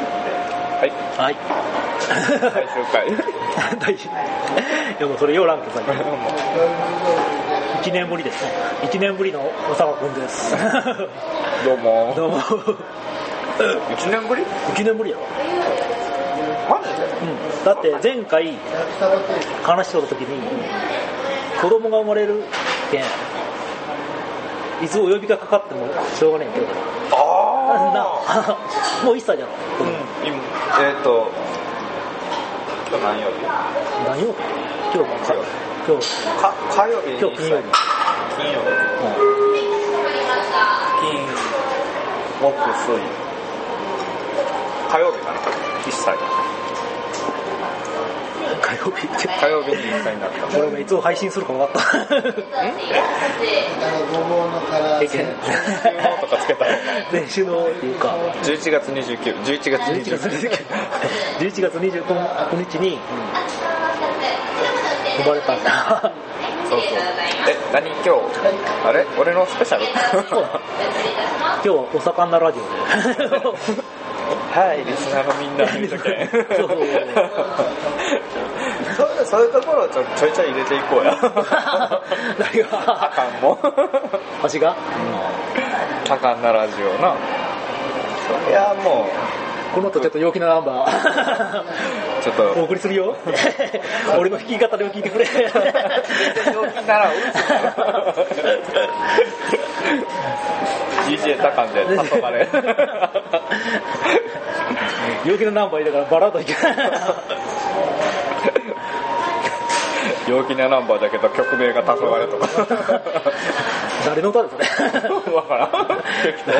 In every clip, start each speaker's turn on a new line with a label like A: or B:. A: はい
B: はい
A: 最終 回
B: 大事でもそれようラン クさん1年ぶりですね1年ぶりの小沢君です
A: どうも
B: どうも
A: 1年ぶり
B: 1年ぶりやろ、
A: マジで
B: うん、だって前回話しとる時に子供が生まれるけんいつお呼びがかかってもしょうがねえけど な
A: ああ
B: もう1歳じゃろ
A: うん今えっと今日何曜日
B: 何曜日今日か今日
A: か火曜日に
B: 今日金曜
A: 金曜日
B: 日う
A: 金木水火曜日かな1歳
B: ん火曜日って
A: 火曜日に1歳になった
B: 俺 もいつも配信するか分かった
C: ごぼうの唐揚げ。
A: とかつけた
B: 練習のっていうか
A: 11月29 11月
B: 11月
A: 29
B: 11月29日に生まれたんだ
A: そうそうえ何今日あれ俺のスペシャル
B: 今日はお魚ラジオで
A: はいリスナーのみんな見とけ
B: そうそう
A: そうそういうところをちょちょいちょい入れていこうや
B: 何
A: あ
B: が
A: かんも
B: 星が
A: 多感なラジオなそりゃも
B: この後ちょっと陽気なナンバー
A: うちょっ
B: お
A: と
B: 送りする よ俺の弾き語りを聞いて くれ
A: 陽気なら嘘 DJ 多感で 黄昏
B: 陽気なナンバーだからバラードいけない
A: 陽気なナンバーだけど曲名が黄昏とか
B: 誰の歌ですかね
A: わからん適当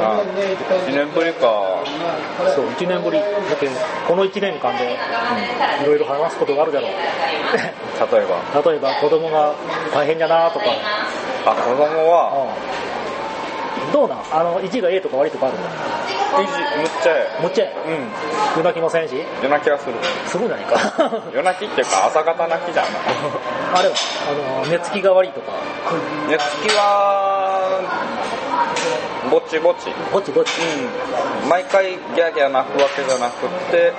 A: あ1年ぶりか
B: そう1年ぶりだってこの1年間でいろいろ話すことがあるだろう
A: 例えば
B: 例えば子供が大変だなとか、
A: あ子供は
B: うんどうなんあの1が A とか悪いとかある
A: いじむっちゃえ
B: のもっちゃえ
A: えうん
B: 夜泣きもせんし
A: 夜泣きはする
B: するんじゃないか
A: 夜泣きっていうか朝方泣きじゃん
B: あれはあの寝つきが悪いとか
A: 寝つきはぼちぼち
B: どっちどっち
A: うん毎回ギャーギャー泣くわけじゃなくって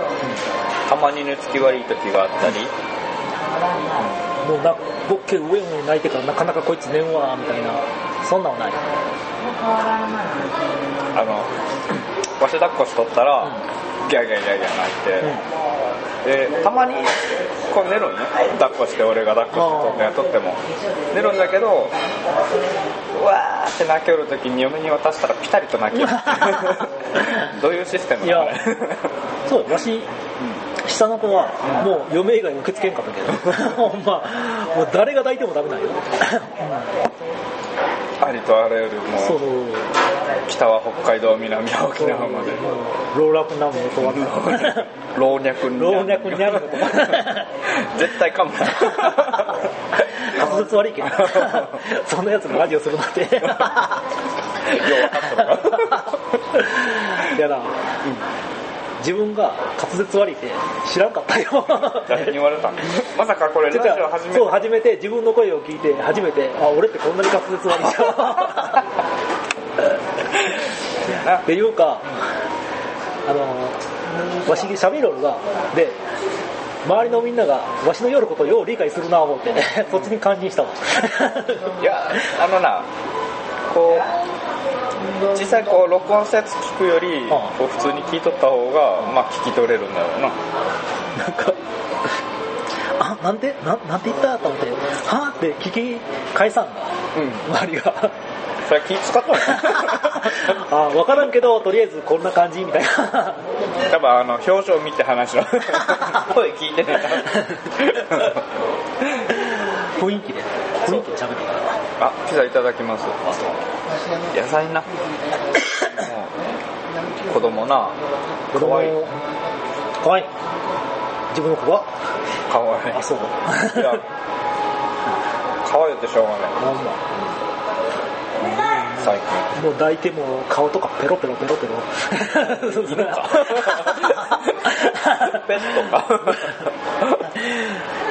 A: たまに寝つき悪い時があったり
B: もうなボッケ上に泣いてからなかなかこいつ寝んわみたいなそんなんはない
A: あのわし抱っこしとったら、ギャーギャーギャーギャー泣いて、でたまにこう寝るんね抱っこして俺が抱っこしてとっても寝るんだけどうわーって泣きおる時に嫁に渡したらピタリと泣 きよるどういうシステム
B: い
A: な
B: や
A: のこれ
B: そうわし下の子はもう嫁以外受け付けんかったけど ほんまもう誰が抱いてもダメなんよ
A: ありとあらゆる
B: そ
A: もう
B: うそうそう
A: 北は北海道南は沖縄まで
B: 老若男女問わず
A: 老若に
B: 老若になるのとか
A: 絶対かも
B: 滑舌悪いけど そんなやつがラジオするなんてよう分か
A: った
B: の いやな、自分が滑舌悪いって知らんかった よ
A: 誰に言われたのまさかこれ
B: ちょ
A: ラ
B: っと
A: ジオ初めて
B: そう初めて自分の声を聞いて初めてあ俺ってこんなに滑舌悪 いんだっていうかあのわししゃべるのがで周りのみんながわしの夜ことをよう理解するな思ってそっちに感心したわ
A: いやあのなこう小さいこう録音したやつ聞くより
B: ああ
A: こう普通に聞いとった方がまあ聞き取れるんだろうな
B: なんかあなんてななんて言ったと思ってはあって聞き返さんが
A: うん
B: 周 りが
A: それ気使ったの
B: あ分からんけどとりあえずこんな感じみたいな
A: 多分あの表情見て話 の声聞いてねえな
B: 雰囲気で雰囲気で喋ってたから
A: あピザいただきます野菜なもう子供な
B: 子
A: か
B: 供
A: わいい
B: かわいい自分の子が
A: かわ いい
B: あそう
A: いや可愛いってしょうがない
B: ほんま
A: 最近
B: もう抱いても顔とかペロペロペロペロ犬か
A: ペットか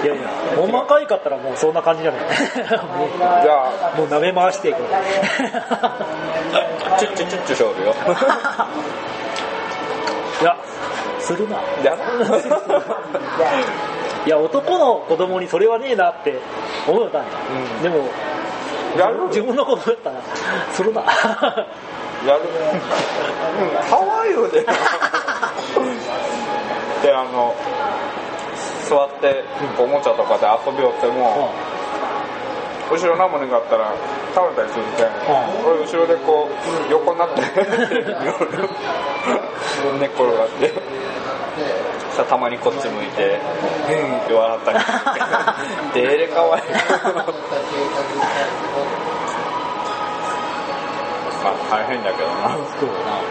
B: いやいや細かいかったらもうそんな感じじゃないも
A: じゃあ
B: うもう舐め回していく
A: チュッチュチュッチュしょるよ
B: いやするな
A: やら
B: いや男の子供にそれはねえなって思うたんだ、
A: うん
B: でも
A: やる
B: 自分の子供だったらするな
A: やるねかわいいよね であの座っておもちゃとかで遊びよって
B: うん
A: も、後ろ何もねがあったら倒れたりするみたいな、
B: う
A: 俺後ろでこう横になって 寝っ転がってさたまにこっち向いて「うん」って笑ったり して「でれかわいい」まあ大変だけどな
B: そうだな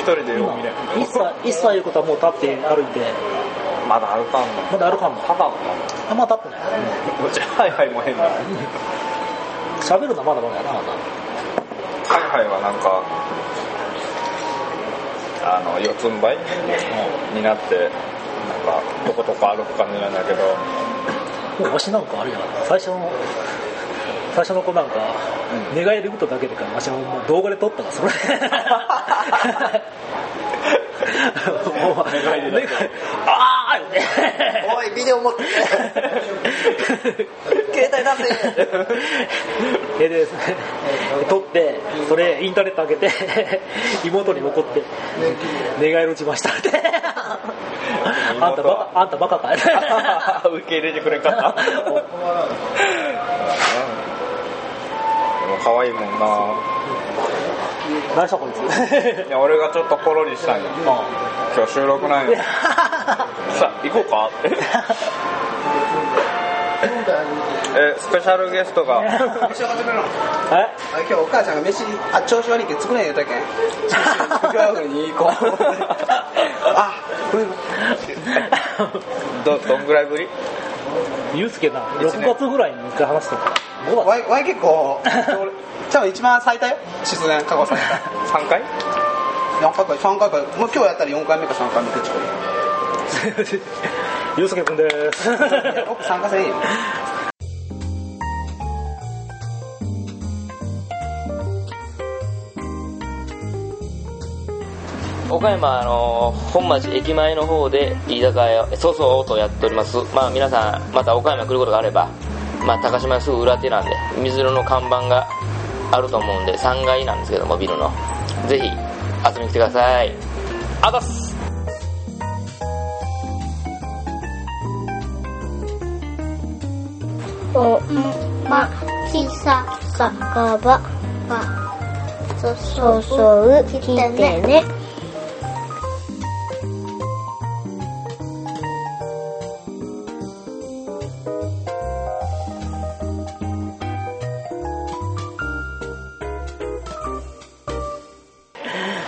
A: 一人でよう見れん
B: 今一歳一歳いうことはもう立って歩いて
A: まだ歩かんの
B: まだ歩かんの
A: ただの
B: あんま立ってない
A: お茶ハイハイも変だね
B: 喋るのまだまだやなまだ
A: ハイハイはなんかあの四つん這いになってなんかどことこ歩く感じなんだけど
B: もうわしなんかあれやな最初の最初の子なんか、寝返り打っただけでからわしはもう動画で撮った わそれもう
A: 寝返りだけ
B: ああって
D: おいビデ オ持って携帯出せ
B: えで撮ってそれインターネット上げて 妹に怒って寝返り打ちましたって あんた
A: 妹
B: バ
A: は
B: カあんたバカか
A: 受け入れてくれんかった でも可愛いもんな
B: 何したこいつ
A: いや俺がちょっとポロリしたんよ
B: あ
A: 今日収録なんよ
B: あ
A: さあ行こう かってえスペシャルゲストが
D: 飯を始めろ
B: え
D: あ今日お母ちゃんが飯あ調子悪いけど作れんよだ けん調子悪いに 行こうあこれ
A: どどんぐらいぶり
B: ゆうすけな、
A: 一
B: 6
A: 年
B: 月ぐらいに一回話してた。5
D: わ
B: 月
D: いわい結構ちゃん一番最多よ出演過去最 多
A: 3回
D: 何回か3回かもう今日やったら4回目か3回目かちこ
B: ゆうすけくんです。
D: 奥参加せんよ
E: 岡山あの本町駅前の方で居酒屋そうそうとやっておりますまあ皆さんまた岡山来ることがあればまあ高島屋すぐ裏手なんで水色の看板があると思うんで3階なんですけどもビルのぜひ遊びに来てくださいあざっす
F: おまきさかばまそそう聞いてね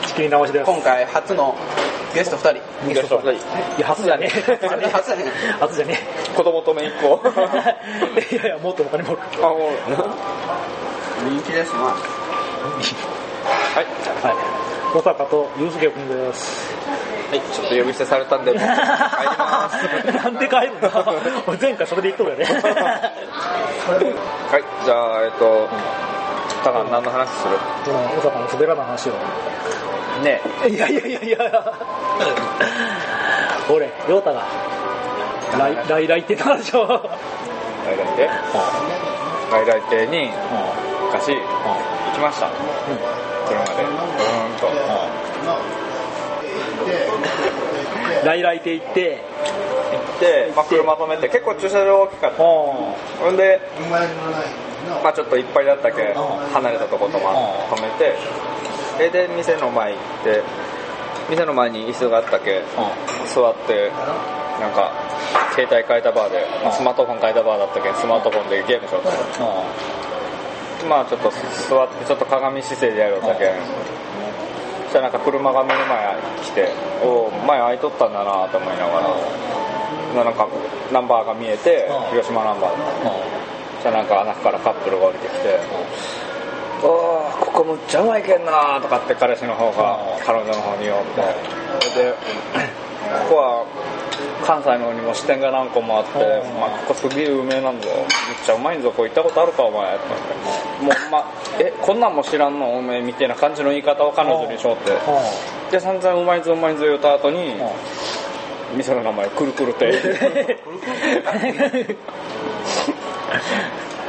B: 仕切り直しです。
D: 今回初のゲスト2人
A: ゲスト2
B: いや、初じゃねえ。
D: あれ初やね
B: 初 じゃね
A: 人子供とめいっ子
B: え。いやいや、もっと他にも。
A: あもう
D: 人気ですな
A: はい
B: はい。小坂とゆうすけくんです。
A: はい、ちょっと呼び捨てされたんで、もう帰ります。
B: なんで帰るの俺前回それで言っとるよね。
A: はい、じゃあ、えっと、ただ何の話する
B: その小坂の滑らない話を。
A: ね
B: いやいやいやいや。俺、りょうたが、来、来来って言ったでしょ。
A: え、外来亭外来亭に昔行きました。車で、うーんと。
B: 来来って言って、
A: 行って、まあ、車止めて、結構駐車場大きかった。
B: あ
A: ほんで、
C: ま
A: まあちょっといっぱいだったけ離れたとことま止めてえで店の前行って店の前に椅子があったけ座ってなんか携帯変えたバーでスマートフォン変えたバーだったけスマートフォンでゲームしようと思ってまあちょっと座ってちょっと鏡姿勢でやろうったけそしたらなんか車が目の前に来ておお前開いとったんだなと思いながらなんかナンバーが見えて広島ナンバーだったじゃあなんか穴からカップルが降りてきて「おーここむっちゃうまいけんな」とかって彼氏の方が彼女の方に言おうってそれで「ここは関西の方にも支店が何個もあって、まあ、ここすげえ有名なんだよめっちゃうまいんぞこう行ったことあるかお前とか言ってもうまえこんなんも知らんのおめえみたいな感じの言い方を彼女にしようってで散々うまいぞうまいぞ言うた後に店の名前くるくる亭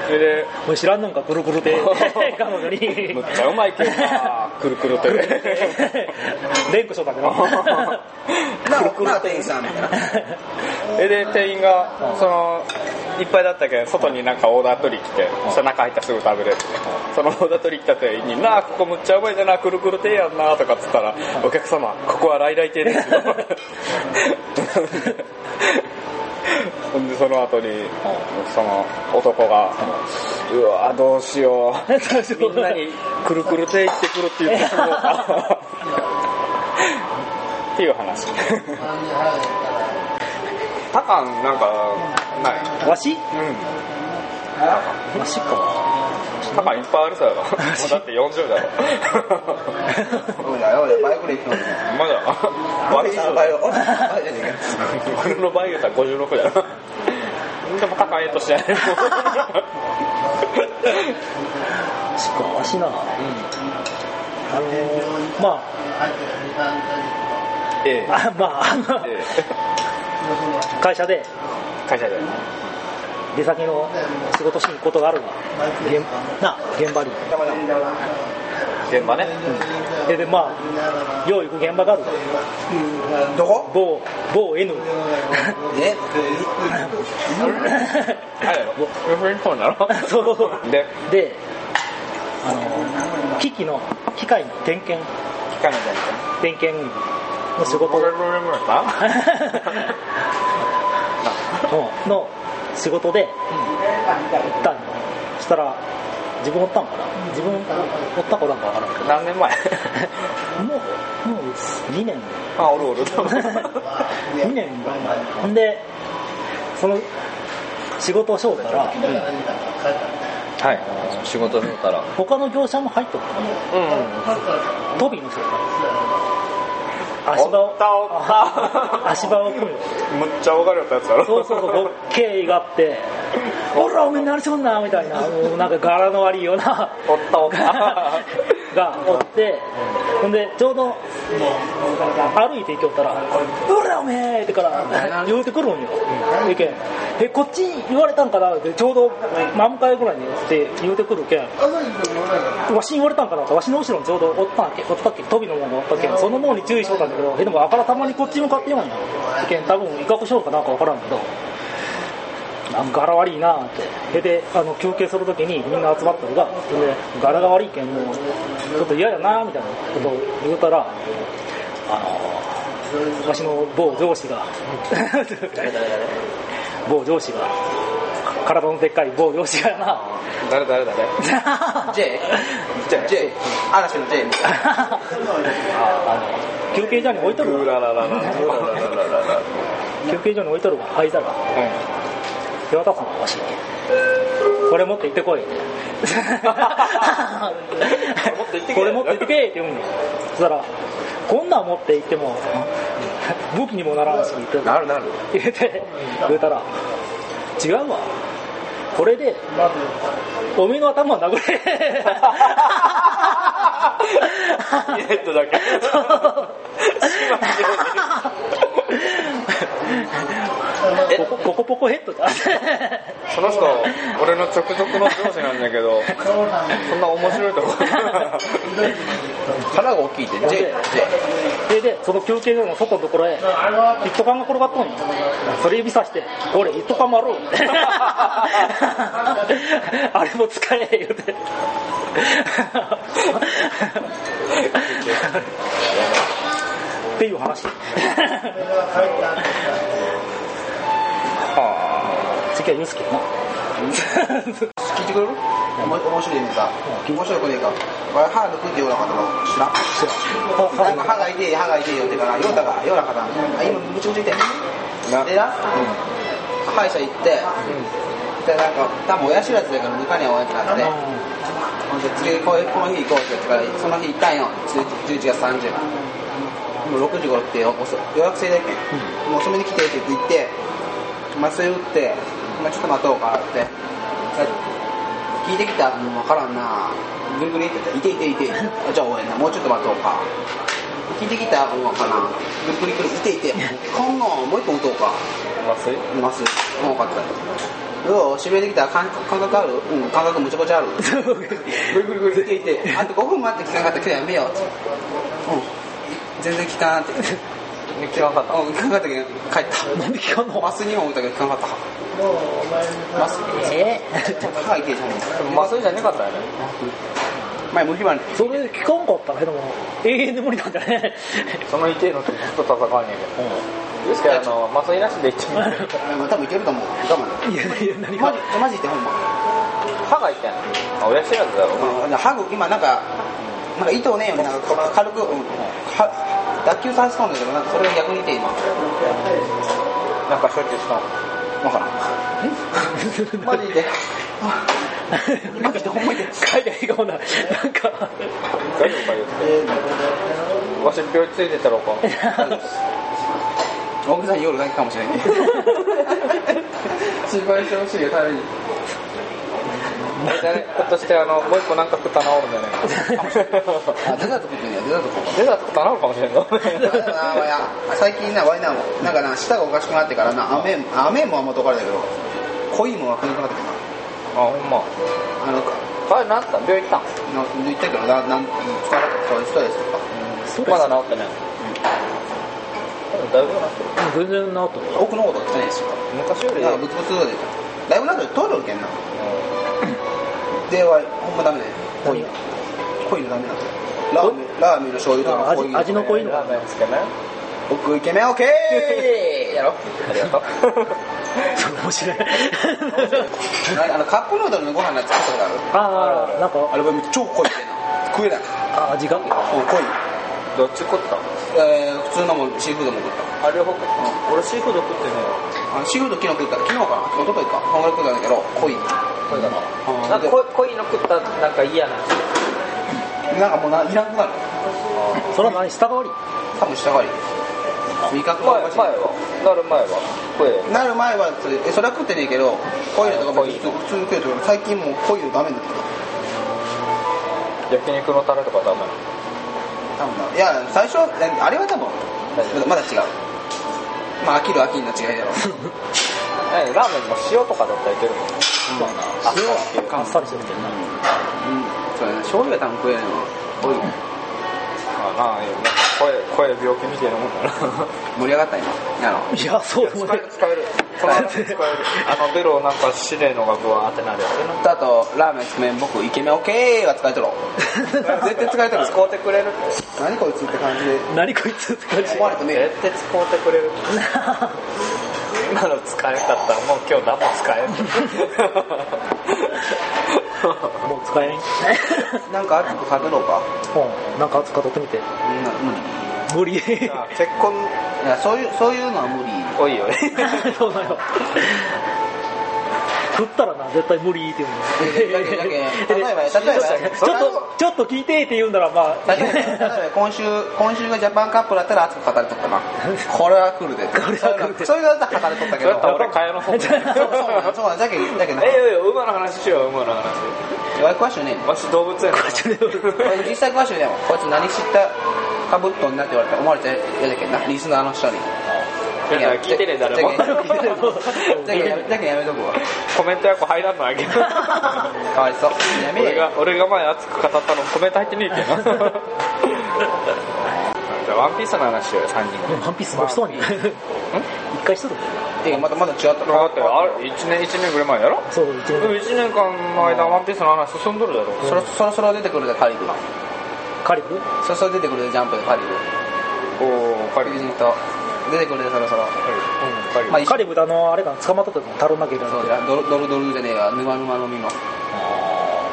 A: それで
B: もう知らんのんかくるくるで彼女に
A: むっちゃうまいけどなくるくる亭
B: 連呼しとったけど
D: なあ、なあ店員さんみたいな。
A: えで店員がそのいっぱいだったけど外になんかオーダー取り来てそしたら中入ったらすぐ食べれるそのオーダー取り来た店員に「なあここむっちゃうまいじゃなくるくる亭やんな」とかっつったら「お客様ここは来来亭ですよ」ほんでその後にその男が「うわどうしよう」みんなに「くるくる亭行ってくる」って 言ってしまうかっていう話タカンなんかない
B: わし
A: うん
B: わしか
A: タカンいっぱいありそうやろ もうだって40だろ
D: そうだよ、バイクで行くのに。
A: まだ
D: バイ
A: 悪
D: ク
A: い
D: じゃ
A: よ
D: バイク。バイクじゃねえか。
A: 俺の倍言うたら56やろでもタカンええと してない
B: わしかわしなあのーま
A: ええ
B: ああまあ
A: え
B: 会社で
A: え会社で
B: 出先の仕事しに行くことがあるわ現な現場に
A: 現場ね
B: ででまあよう行く現場があるわ
D: どこ
B: 某某 N
D: え
A: あれやろレフェリントンだろ
B: そうそうそう
A: で
B: であの機器の機械の点検
A: 機械の電 気
B: 点検の仕
A: こ
B: 事
A: れどれぐらいだ
B: うんの仕事で行ったんよそしたら自分おったんかな自分おったかなんかわからんけど
A: 何年前
B: もうもう2年
A: あおる おる
B: 2年ほんでその仕事をしようから
A: はい仕事してたら
B: 他の業者も入っとったの
A: うん
B: トビーの人足場
A: お
B: を
A: ったおった
B: 足場を組むよ
A: むっちゃ分かるよったやつだろ
B: そうそうそう、ボッケーがあって、ほら、おめえ何しとんな、みたいな、もうなんか柄の悪いような、
A: おったおった
B: がおって、ほんで、ちょうど歩いて行きよったら、ほら、おめえってから言うてくるんよ、でけんえ、こっち言われたんかなって、ちょうど何回ぐらいにって言うてくるけん、わしに言われたんかなわしの後ろにちょうどおったんけ、おったっけ、トビのもんがおったけん、そのもんに注意しとったんだけど、えでもあからたまにこっち向かって言わんよ。けん、多分威嚇しようかなんかわからんけど、なんか柄悪いなって。それで、あの、休憩するときにみんな集まったのが、それで、柄が悪いけん、もう、ちょっと嫌やなみたいなことを言うたら、あの、わしの某上司が、 某上司が、体のでっかい某上司がやな、
A: 誰誰誰
D: J? J? 嵐の J みたい
B: 休憩所に置いとる
A: う
B: わ
A: らららら
B: 休憩所に置いとるわ灰皿手渡すのが欲しいこれ持って行って こい
A: 持って行ってけ
B: これ持って行ってけって言うんよそしたらこんなん持って行っても武器にもならんしって言って
D: な。なるなる。
B: 言うて言うたら違うわこれでおめえの頭を殴
A: う
B: れ
A: んヘッドだけ
B: ポコポコポコヘッドだ
A: その人俺の直属の上司なんだけどそんな面白いと こ
D: 腹が大きいって、J。J。
B: それでその休憩所の外のところへ一斗缶が転がっとんよそれ指さして「俺一斗缶もあ ろう」あれも使え」言うてっていう話次はユースケやな
D: 聞いてくれるおも面白いねんか。面白い子ねえか。俺歯抜くって言わなかったの知らん。なんか歯が痛い、歯が痛いよってから、ヨタが、ヨタかな。あ、今、むちむち痛い。でな、歯医者行って、で、なんか、多分親知らずだから抜かねえ親ってなって、ほんで、次、こうこの日行こうって言ってから、その日行ったんよ、11 11月30日。もう6時頃ってお遅い予約制だけ、ん、もう遅めに来てって言って麻酔打って、まあ、ちょっと待とうかって聞いてきたもう分からんなグリグリって言っていていていてあじゃあ応援なもうちょっと待とうか聞いてきたもう分からんグリグリグリいて いてこんなんもう一本打とうか
A: 麻酔
D: ますもう分かったどう締めてきた感感覚あるうん感覚むちゃく ちゃあるぐりぐりぐりって言ってあと5分待って聞かなかったけどやめようってうん全然聞かんって聞かなかったうん聞かなかったけど帰った
B: なんで聞かんの
D: マス2本打ったけど聞かなかったマス
B: え
D: 歯いけじゃん
A: 麻酔じゃなかったよね
D: 前無理まで
B: それ聞かんかったらでも永遠で無理なんだね
A: その痛いのとずっと戦わんねんけど、ですからあの麻酔なしでいってみる
D: 多分いけると思う我慢
B: いやいや何
D: マ
B: か
D: ジマジでほんま
A: 歯が痛いのあ親知らずだろ
D: うん歯ぐ今なんかなんか糸をねなんか軽く、うん、は脱臼させそうなんだけどなんかそれが逆にいて今
A: なんか処置したの
D: 分 からんマジでマジでほんまに
B: 海外がほんななん
A: 大
B: か
A: 丈夫か言ってわし病院ついてたろうか
D: 奥さん夜だけかもしれない心配してほしいよために
A: 大 体ひょっとしてあのもう一個なんか食ったら治るんじゃ ないかな
D: あデザート食ってんねやデザート食って
A: デザート食ったら治るかもしれん よ
D: んねやだなワイナ最近なワイナもなんかな舌がおかしくなってからな雨雨もあんまとからだけど濃いもんは食えなくなってき
A: あほんま
D: たあの
A: あれなんだ病院行っ
D: な言ったけどななん疲れたそういうストレスとか
A: たんまだ治ってないだいぶなってる
B: 全然なと
D: 奥の方とか来てないし
A: 昔より
D: だからブツブツとかでだいぶなんか通るけんなではほんまダメだよ濃いの濃いのダメだとラーメンラーメンの醤油とか
B: 味味の濃いの
A: ラーメンつけない
D: 僕イケメンオッケーやろ
A: ありがとう
B: それ面白い
D: あのカップヌードルのご飯のやつ作ったことある
B: ああなん
D: あ
B: か
D: れは超濃いけんな食えない
B: あ味が
D: うん濃い
A: どっち食った
D: えー普通のもシーフードも食った
A: あれほか俺シーフード食ってね
D: あのシーフード昨日食った昨日かな一昨日かこんぐらい食ったんだけど濃い
A: これだな
D: うん
A: なんか濃い濃いの食ったなんか嫌な
D: なんかもうないらんくなる
B: それは何舌代わり
D: 多分下がり味覚
A: 前
D: がお
A: 前
D: かしい
A: はなる前は食えよ
D: なる前はそれえそれは食ってねえけど濃いのとか別に普通に食えるけど最近もう濃いのダメになってき
A: 焼肉のタレとかダメなの
D: た多分ないや最初えあれは多分まだ違うまあ飽きる飽きんの違いだろう
A: えラーメンも塩とかだったらいけるもんね
D: 塩
B: あっさりしてるけどな
D: うんそうだね醤油が多分食えないのは濃い
A: あなあいいよね声声病気みたいなもんだな
D: 盛り上がった今やろう
B: いやそうでも
A: 使
B: な
A: え
B: い
A: る使えるその使えるあのベロをなんかしれのがぶわーってなるやつ
D: あとラーメンつくめん僕イケメンオッケーは使えとろ 絶対使えとろ
A: 使うてくれるって
D: 何こいつって感じで
B: 何こいつって感じ
D: 思われてねえよ
A: 絶 対使うてくれる今の使えんかったらもう今日何も使えん
B: もう 使えん
D: なんか熱く語ろうか
B: うんなんか熱かとってみて
D: うん無理
B: 無理
D: 結婚いやそういうそういうのは無理
A: おいおい
B: そうなの振ったらな絶対無理って言
D: いやいやいやいや例えば例えば
B: ちょっとちょっと聞いてって言うんならま あ
D: 例えば例えば今週今週がジャパンカップだったら熱く語るとったなこれは来るでこ
B: れは来るで
D: そういうのだったら語るとったけど
A: だったら俺蚊帳の外に
D: そうそうなんそうなんだけどだけ ど
A: えいよいよ馬の話しよう馬の話
D: 予約はしよね
A: わし動物園 の話
D: 俺実際詳しいよねこいつ何知ったかぶっとんなって言われたら思われちゃ嫌だけどなリスナーの人に
A: いや聞いてねえ誰も
D: じ ゃけん
B: 誰も
D: じゃけんやめじゃけんやめとくわ
A: コメントやこ入らんのあげる
D: かわいそうやめ
A: 俺
D: えよ
A: が俺が前熱く語ったのコメント入ってねえけど なじゃあワンピースの話しようよ3人で
B: ワンピースもしそうに一回しとる
D: てかまたまだ違った
A: だってあれ1年1年ぐらい前やろ
B: そう一応
A: 1年間の間ワンピースの話進んどるだろ
D: そろそろそろ出てくるでカリブ
B: カリブ
D: そろそろ出てくるでジャンプでカリブ
A: おおパリ
D: 友人と出てくるでそろそろ
A: パリ
D: まあ一緒
B: カリブってあのあれが捕まった時もタロ投げられて
D: そうだドルドルドルじゃねえわ沼沼の実のあ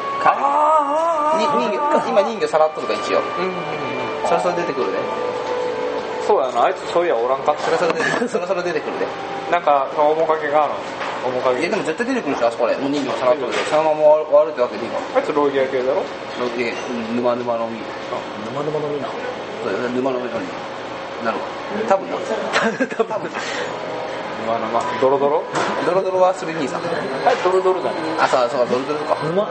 D: に人魚今人魚さらっととか一応そろそろ出てくるで
A: そうやなあいつそういやおらんかっ
D: そろそろ出てくるそろそろ出てくるで
A: たなんかその面影があるの面
D: い
A: 影
D: やでも絶対出てくるでしょあそこでもう人魚さらっとでそのまま終わ終わるってわけでいいわ
A: あいつロイギア系だろ
D: ロケうん沼沼の実
B: 沼沼のみんな
D: そうだよ沼の実のなるわ多分な
B: 多分
A: 今のまドロドロ
D: ドロドロはそれ兄さん
E: あれドロドロだね
D: あそうそうドロドロか
B: 沼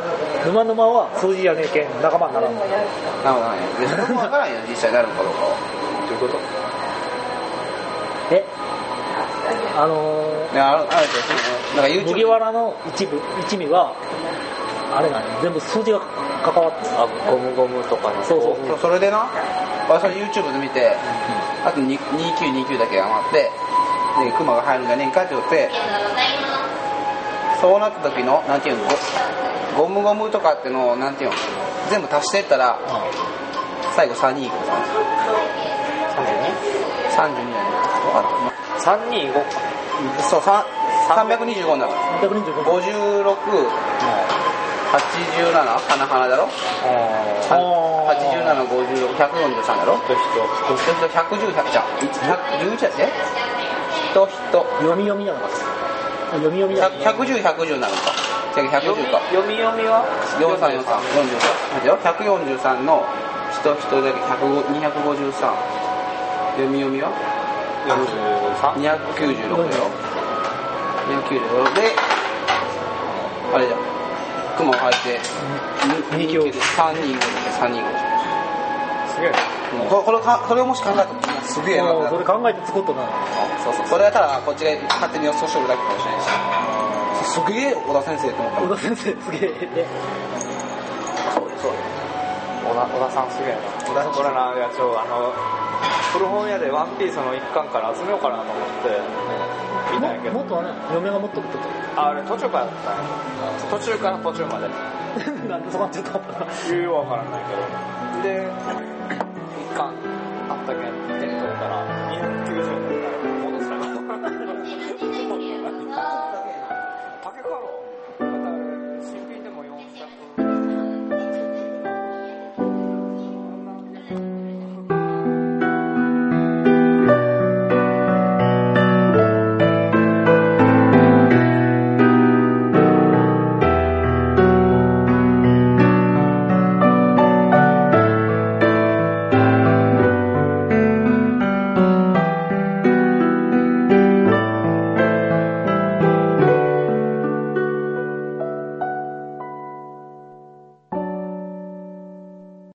B: 沼沼は数字やねえけん仲間にならん
D: なるほどねでそれも分からんよ実際なるのかどうかは
A: ということ
B: えあの
D: ねあるあるでそのなん
B: ー、
D: か YouTube
B: 麦わらの一部一味はあれなの全部数字が関わってる
E: あゴムゴムとかね
B: そうそう
D: そうそれでな私は YouTube で見てあとに2929だけ余ってでクマが入るんじゃねえかって言ってそうなった時のなんていうのゴゴムゴムとかってのをなんていうの全部足してったら最後3人いく3232じゃない
E: 325か
D: そうさん325になる
B: 125
D: 5687花花だろ
B: あ
D: 8756143だろ
A: 人人
D: そうすると110、100じゃん。111やで。人、人。
B: 読み読みなのかあ読み読みなのか
D: 110、110なのか。じゃあ
E: 読み
D: 110か。
E: 読み読みは
D: 43、43、43。よ。143の人、人だけ105 253。読み読みは
E: 43
D: 296だよ。296で、あれじゃん。雲入って、
B: 二強
D: 3、2、5、3、2、5。
A: すげえ
D: これこれかそれをもし考えたらすげえな
B: もうそれ考えて作っとな
D: そうそうそれはただこっちが勝手に予想してるだけかもしれないしすげえ小田先生と思ったも
B: 小田先
D: ん
B: 生すげえ
A: 小田小田さんすげえな小田さんなやちょあの古本屋で「ワンピースの一巻から集めようかなと思って見たんやけ
B: もも
A: ど
B: っとはね嫁がもっと食っと っ
A: ああれ途中からだったんや途中から途中まで
B: たなんでそこはちょっと
A: 理由は分からないけどで一巻